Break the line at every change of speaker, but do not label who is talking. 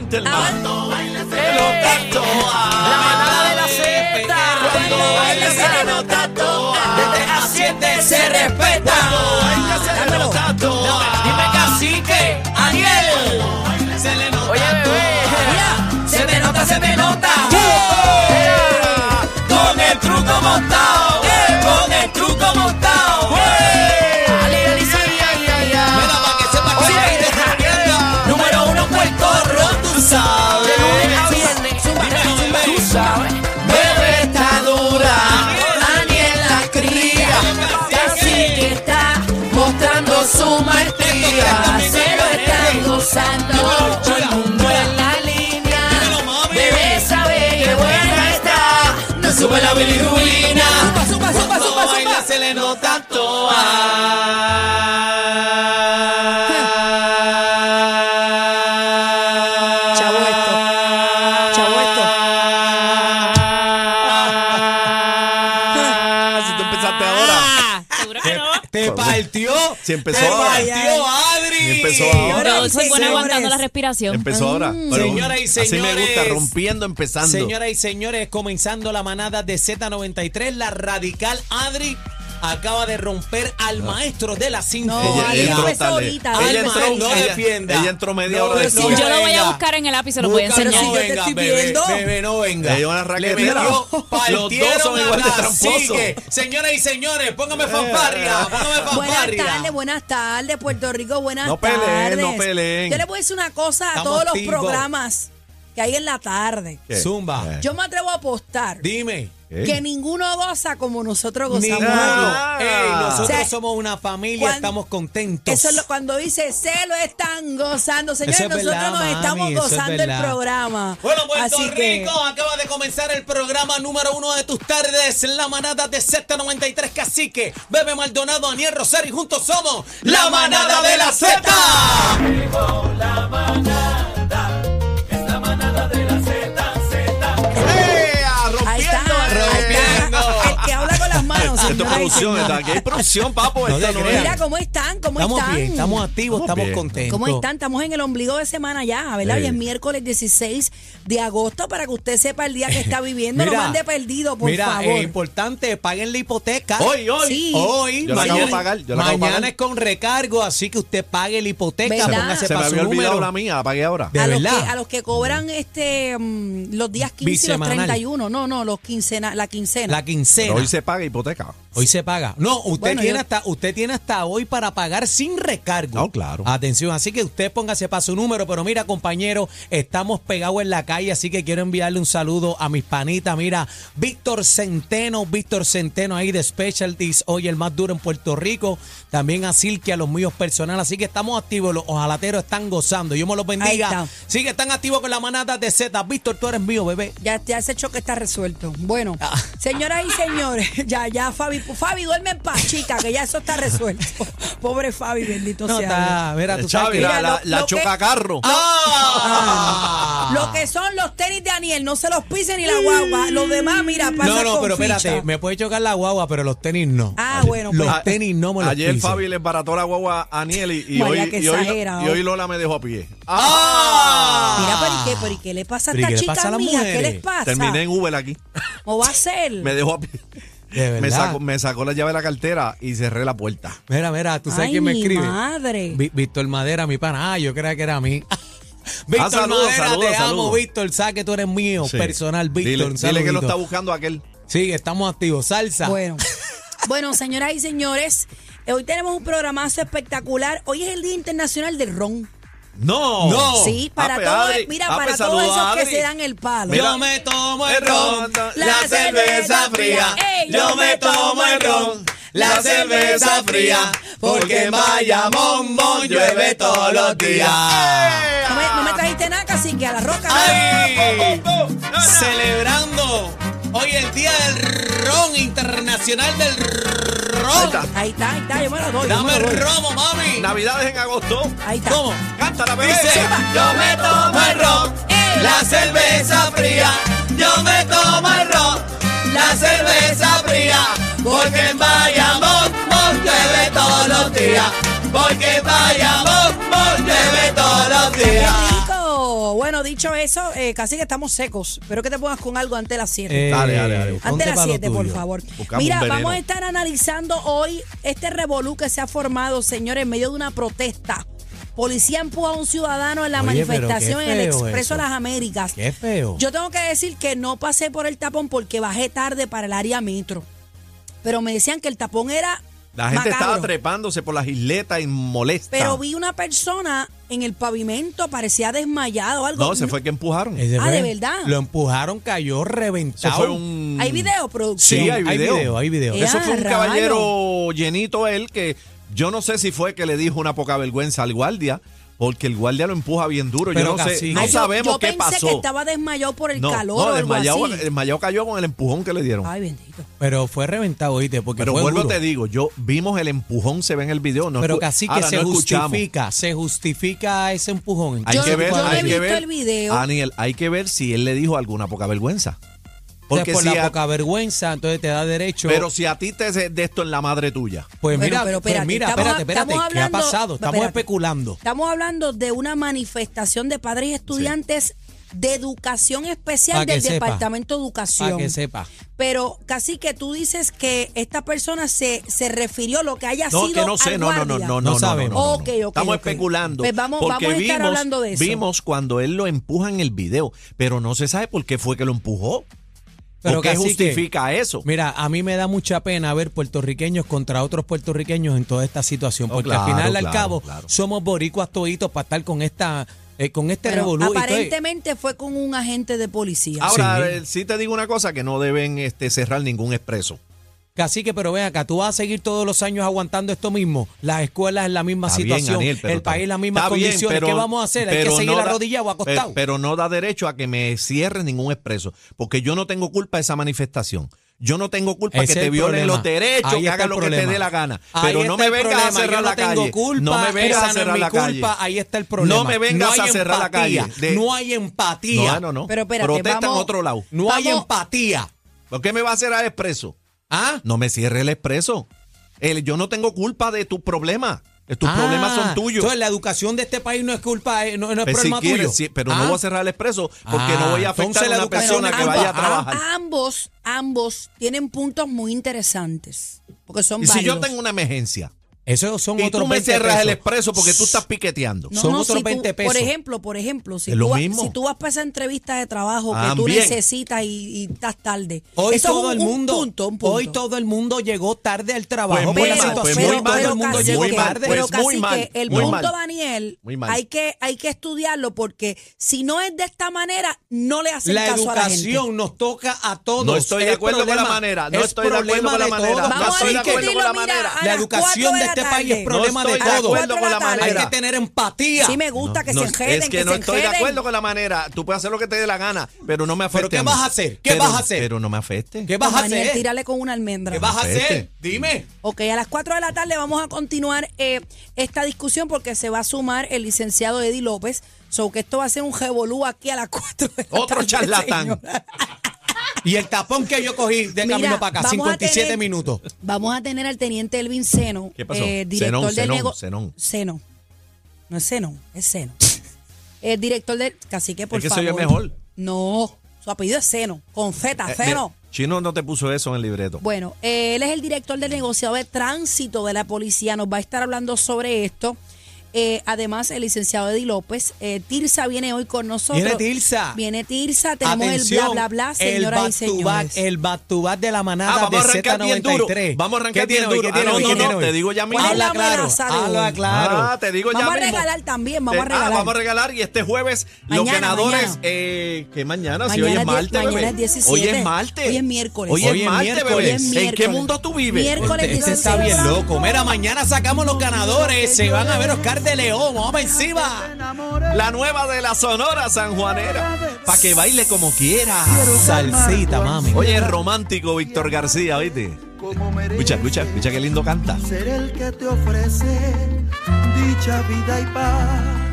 Gentleman,
¡Ey!
te lo canto a
La manada de la
CPR.
Zeta.
Cuando baila se lo canto a
Desde a siete se respeta.
Cuando baila se
Dámelo.
lo canto a
Dime cacique, Aniel.
Se le nota
Oye, bebé.
todo.
Se me nota, se me nota.
Yeah.
Con el truco montado. Con el truco montado. Dale, dale, sí, ay, ay, ay.
Mira, pa' que sepa que
Oye,
soy de Jaqueca.
Número uno Puerto Rico.
Tú sabes.
De lunes a viernes. Zumba,
Dime,
zumba,
bebé.
tú sabes.
Bebé está dura.
Daniel la cría,
Así que
está mostrando su
maestría. Se lo están
gozando,
todo el mundo en
la línea.
Bebé
sabe que buena está,
No sube la bilirubina.
Zumba, zumba, zumba,
Cuando
zumba,
baila
zumba.
se le nota toa.
Chavo esto, chavo esto.
Ah, Si tú empezaste
Ah,
ahora.
Seguro que no.
Te partió. Si empezó
Te
ahora.
partió,
Adri. empezó ahora.
Yo soy buena
señores.
aguantando la respiración.
Empezó ahora. Pero
Señoras y
Así me gusta,
señores.
rompiendo, empezando.
Señoras y señores, comenzando la manada de Z93, la radical Adri acaba de romper al maestro de la cinta.
Ah. Ella-
No, ahí
ella entró
empezó
tarde.
ahorita,
Ella
ahí
entró,
empezó.
No
ella-
defienda.
ella entró media
No
hora
defienda.
después.
Yo lo voy a
venga.
buscar en el lápiz, se lo voy a
Búscalo,
enseñar.
si yo te
venga,
estoy
bebé,
viendo.
bebé, no venga.
Ella es una
Le
raquetera.
metió
Los dos son igual de tramposos. Eh.
que, señoras y señores, póngame fanfarria, póngame
Buenas
fanfarria.
tardes, buenas tardes, Puerto Rico, buenas
No peleen,
tardes.
no peleen.
Yo le voy a decir una cosa a
Estamos
todos los
activos.
programas que hay en la tarde.
¿Qué?
Zumba.
Eh.
Yo me atrevo a apostar
Dime.
¿Qué?
que ninguno goza como nosotros
Ni
gozamos. aquí.
nada.
Ey, nosotros
O sea,
somos una familia,
cuan-
estamos contentos.
Eso es lo, cuando dice, se lo están gozando. Señores,
Eso es
nosotros
verdad,
nos
mami,
estamos
eso es
gozando el
verdad.
programa.
Bueno, Puerto
Así
Rico,
que-
acaba de comenzar el programa número uno de tus tardes, la manada de Z93 Cacique, Bebe Maldonado, Aniel Rosario, y juntos somos la manada de la Z.
¡Ea! Rompiendo,
Ahí está, ahí
rompiendo.
está. El que habla con las
Esto
manos.
es
señoras y
producción,
señores.
está aquí hay producción, papo.
No
esto
te
no
creas.
Mira cómo están, cómo
Estamos
están.
bien, estamos activos,
Estamos
estamos
bien.
contentos.
¿Cómo están? Estamos en el ombligo de semana ya, ¿verdad?
Sí.
Eh.
Hoy es miércoles 16 de agosto para que usted sepa el día que está viviendo. no mande perdido, por
mira, eh,
favor.
es importante, paguen la hipoteca.
Hoy, hoy.
Sí.
Hoy,
Yo la acabo
mañana,
de pagar, yo la acabo de
mañana
pagar.
es con recargo, así que usted pague la hipoteca,
¿Verdad?
póngase
Se me
para su
había olvidado
número.
la mía, la pagué ahora.
De
a, los que,
verdad.
a los que cobran este mm, los días 15 y
Bisemanal.
los 31. No, no, los quincena, la quincena.
La quincena.
Pero hoy se paga hipoteca.
Hoy se paga. No, usted
Bueno,
tiene
yo-
hasta usted tiene hasta hoy para pagar sin recargo.
No, claro.
Atención, así que usted póngase para su número, pero mira, compañero, estamos pegados en la calle, así que quiero enviarle un saludo a mis panitas. Mira, Víctor Centeno, Víctor Centeno ahí de Specialties, hoy el más duro en Puerto Rico. También a Silke, a los míos personales. Así que estamos activos, los ojalateros están gozando. Yo me los bendiga.
está.
Sigue están activos con la manada de Z. Víctor, tú eres mío, bebé.
Ya, ya ese choque está resuelto. Bueno,
Ah.
señoras y señores, ya, ya, Fabi, Fabi, duerme en paz, chica, que ya eso está resuelto. Pobre Fabi, bendito
No,
sea.
está, mira, tú sabes
Chavi,
que-
Eh, la,
Mira,
la,
lo-
la
lo que-
choca carro.
¡Ah!
Dios. Lo que son los tenis de Daniel, no se los pise ni la guagua. Los demás, mira, pasa
Mm. No, no,
con
pero
ficha.
espérate, me puede chocar la guagua, pero los tenis no.
Ah,
Ayer-
bueno,
Los
pues.
A-
tenis no me los
Ayer
pise.
Fabi le embarató la guagua a Aniel y, y
Vaya
hoy,
que
y, hoy,
exagerado.
y hoy Lola me dejó a pie. Ah,
Ah, Mira, pero ¿y qué, pero ¿y qué le pasa a
Pero ¿y
esta
qué le pasa a
chica
las
mía? ¿Qué
mujeres?
les pasa?
Terminé en Uber aquí.
¿O va a ser?
Me dejó a pie.
De verdad.
Me sacó, me sacó la llave de la cartera y cerré la puerta.
Ah. Mira, mira, tú sabes
Ay,
quién me
mi
escribe.
madre.
Vi- Víctor Madera, mi pana. Ah, yo creía que era a mí. Víctor
saludos,
Madera,
saludos,
te amo,
saludos.
Víctor. Sabes que tú eres mío,
Sí.
Oh, personal, Víctor.
Dile,
un
dile que lo
saludito.
está buscando aquel.
Sí, estamos activos. Salsa.
Bueno. bueno, señoras y señores, eh, hoy tenemos un programazo espectacular. Hoy es el Día Internacional del Ron.
No.
No.
Sí, para
Oh, Ape,
todos,
Adri,
mira,
Ape,
para todos
saluda
esos
a
que
Adri.
se dan el palo.
Mira,
Yo me tomo el
el
ron,
ron,
la cerveza fría.
Ey.
Yo me tomo el ron, la cerveza fría. Porque en Bayamón Mon llueve todos los días.
No me, no me trajiste nada, así que a la roca.
¡Ay! Celebrando hoy el día del ron internacional del
Ahí
ron.
está.
Ahí está, ahí está, yo me la doy. yo
Dame
me la doy.
el romo, mami.
Navidades en agosto.
Ahí está.
¿Cómo?
Cántala, bebé.
Dice, yo me tomo el ron, la cerveza fría. Yo me tomo el ron, la cerveza fría. Porque en Bayamón, mon llueve todos los días. Porque en Bayamón, mon llueve todos los
¡Qué
días.
rico! Bueno, dicho eso, eh, casi que estamos secos. Espero que te pongas con algo antes de las 7.
Dale, dale, dale.
Eh, antes
ponte
de las
pa' lo
7, por
tuyo.
favor.
Buscamos
Mira,
un veneno.
vamos a estar analizando hoy este revolú que se ha formado, señores, en medio de una protesta. Policía empuja a un ciudadano en la
Oye, pero
manifestación
qué
en el
feo
Expreso
eso.
a las Américas.
Qué feo.
Yo tengo que decir que no pasé por el tapón porque bajé tarde para el área metro. Pero me decían que el tapón era.
La gente estaba
macabro.
trepándose por las isletas y molesta.
Pero vi una persona en el pavimento, parecía desmayado o algo.
No, se fue que empujaron.
Ese
Ah,
fue-
¿de verdad?
Lo empujaron, cayó,
Eso
reventado.
fue un...
¿Hay video, producción?
Sí, hay
Hay
video.
video, hay video.
Eh,
Eso fue un
Ah,
caballero llenito él que yo no sé si fue que le dijo una poca vergüenza al guardia, porque el guardia lo empuja bien duro. yo
Pero
no sé,
casi.
no
Ay, yo-
sabemos
yo
qué
pensé
pasó.
que estaba desmayado por el
no,
calor
no,
o algo
desmayado,
así.
desmayado cayó con el empujón que le dieron.
Ay, bendito.
Pero fue reventado, oíste, porque
Pero
fue
vuelvo,
duro.
te digo, yo vimos el empujón, se ve en el video. No
Pero
escu-
casi que
ahora
se
no escuchamos.
justifica, se justifica ese empujón.
Hay
Yo-
que ver,
yo no he
hay que
visto
ver.
el video.
Daniel, hay que ver si él le dijo alguna poca vergüenza. Porque
Entonces, "Pues por
si
la
a-
poca vergüenza, entonces te da derecho.
pero si a ti te se- de esto en la madre tuya.
pues
Bueno,
mira,
pero
pues
espérate,
mira,
estamos-
espérate, espérate,
estamos
¿qué ha
hablando-
pasado? Estamos
espérate.
especulando.
Estamos hablando de una manifestación de padres y estudiantes de educación especial
Pa' que
del
sepa.
Departamento de Educación.
Para que sepa.
Pero casi que tú dices que esta persona se, se refirió lo que haya
No,
sido
que no sé,
al
no, no, no,
guardia.
no, no,
No
no,
sabemos.
no, no, no.
Ok, ok,
Estamos
ok.
especulando.
Pues vamos-
porque
vamos a estar
vimos,
hablando de eso.
Vimos cuando él lo empuja en el video, pero no se sabe por qué fue que lo empujó.
Pero
¿Por qué
cacique,
justifica eso?
Mira, a mí me da mucha pena ver puertorriqueños contra otros puertorriqueños en toda esta situación,
No,
porque
Oh, claro,
al final al
claro,
cabo
claro.
somos boricuas toditos para estar con esta eh, con este
Pero
revolú. y Ah, estoy-
aparentemente fue con un agente de policía.
Ahora,
Sí.
eh, sí. te digo una cosa, que no deben este, cerrar ningún expreso.
Cacique, pero ven acá, tú vas a seguir todos los años aguantando esto mismo. Las escuelas en la misma
Está bien,
situación,
Aniel, pero
el
está-
país en las mismas
está bien,
condiciones.
pero-
¿Qué vamos a hacer? Hay que
pero
seguir
no da-
arrodillado o acostado.
Pero, pero no da derecho a que me cierren ningún expreso, porque yo no tengo culpa de esa manifestación. Yo no tengo culpa
Ese
que
es
te
el
violen
problema.
los derechos,
Ahí
que
está
hagas
el
lo que te
problema.
dé la gana.
Ahí
pero
está
no me
el
vengas a
problema,
cerrar
yo no
la
tengo
calle.
Culpa,
no me vengas
esa
a
no es
cerrar
mi
la calle.
culpa, Ahí está el problema.
No me vengas
No
a
hay
cerrar la
empatía,
calle. De-
No hay empatía.
No, no, no.
Pero espérate,
Protesta en
vamos-
otro lado.
No hay
Vamos-
empatía.
¿Por qué me va a cerrar el expreso?
¿Ah?
No me cierre el expreso. El- yo no tengo culpa de tus problemas. Tus
Ah,
problemas son tuyos.
Entonces, la educación de este país no es culpa, eh, no, no es
Pues si
problema
quieres,
tuyo.
sí, pero
Ah,
no voy a cerrar el expreso porque
Ah,
no voy a afectar
entonces la
a una
educación
persona
es
que
culpa.
vaya a
Ah,
trabajar.
ambos, ambos tienen puntos muy interesantes. Porque son
y si yo
válidos.
tengo una emergencia
Esos son
y
otros
tú me
20
cierras el
pesos.
expreso porque tú estás piqueteando.
No,
Son
no,
otros
si tú-
20 pesos.
Por ejemplo, por ejemplo, si,
Es lo
tú, vas-
mismo.
si tú vas para esa entrevista de trabajo que tú
También.
necesitas y, y estás tarde.
Hoy
Eso es
todo
un-
el
un
mundo,
punto, un punto.
hoy todo el mundo llegó tarde al trabajo
Pues
por la
muy mal, pues
situación.
muy mal,
todo el mundo
muy
cacique,
llegó
mal,
tarde.
pero
pues muy
cacique,
mal,
el
muy
punto,
mal.
Daniel,
Muy mal.
Hay, que, hay que estudiarlo porque si no es de esta manera, no le hacen
la
caso a la gente.
educación nos toca a todos.
No estoy de
Es
acuerdo con la
problema-
manera, no
es
estoy de acuerdo
problema
con la
de
manera, no
todos.
Vamos
estoy de
a
Así que
acuerdo con la
discutirlo, mira,
manera.
a
La
las
educación
cuatro
de
la
este país es
tarde.
problema
No
de
estoy de
todos.
acuerdo con la
Cuatro de la
Hay
manera.
que tener empatía.
Sí me gusta que
No,
se enjeden,
es que,
que
no
se
estoy
enjeden.
de acuerdo con la manera. Tú puedes hacer lo que te dé la gana, pero no me afecte.
¿Pero qué
a mí.
vas a hacer? ¿Qué
Pero-
vas a hacer?
Pero no me afecte.
¿Qué vas a
Daniel,
hacer?
tírale con una almendra.
¿Qué vas a
Vete.
hacer? Dime.
Ok, a las 4 de la tarde vamos a continuar eh, esta discusión porque se va a sumar el licenciado Eddie López. So que esto va a ser un revolú aquí a las 4 de la
Otro
tarde,
charlatán. Eh, Este
señora.
Y el tapón que yo cogí de
Mira,
camino para acá,
vamos a
57
tener-
minutos.
Vamos a tener al teniente Elvin Seno,
¿Qué pasó?
eh, director
Zenón,
del
Zenón,
negocio.
Zenón.
No es Seno, es Seno. el director del. Cacique, por
Es que
favor.
soy el mejor.
No, su apellido es Seno, con Z,
Eh,
Seno.
mira, Chino no te puso eso en el libreto.
Bueno, eh, él es el director del negociado de tránsito de la policía. Nos va a estar hablando sobre esto. Eh, además, el licenciado Eddie López. eh, Tirsa viene hoy con nosotros.
Viene Tirsa.
Viene Tirsa. Tenemos
Atención,
el bla, bla, bla, señoras y
el back to back,
señores.
el back to back de la
Ah,
manada de
vamos a arrancar bien duro.
Z93.
Vamos a arrancar
¿Qué tiene
bien
hoy?
duro.
¿Qué tiene
Ah, no,
hoy?
no,
¿Qué tiene
no,
hoy?
te digo ya mismo.
Habla
¿Cuál es la
claro,
amenaza de hoy?
habla claro.
Ah, te digo ya
Vamos a
mismo.
regalar también, vamos a
Te-
regalar.
Ah, vamos a regalar y este jueves los
Mañana,
ganadores.
mañana.
Eh, que mañana, si
Mañana
hoy
es
es
die-
martes,
mañana
bebé.
es 17.
Hoy es martes.
Hoy es miércoles.
Hoy es
Hoy es
martes,
miércoles.
bebé.
Hoy es
¿En qué
miércoles.
mundo tú vives?
Miércoles.
Este, este está bien loco. Mira, mañana sacamos los ganadores. Se van a ver Oscar de León. Vamos para encima.
La nueva de la Sonora Sanjuanera. Para que baile como quiera.
Salsita, mami.
Oye, es romántico Víctor García, ¿oíste?
como merezco
Escucha, escucha, escucha qué lindo canta.
ser el que te ofrece dicha vida y paz.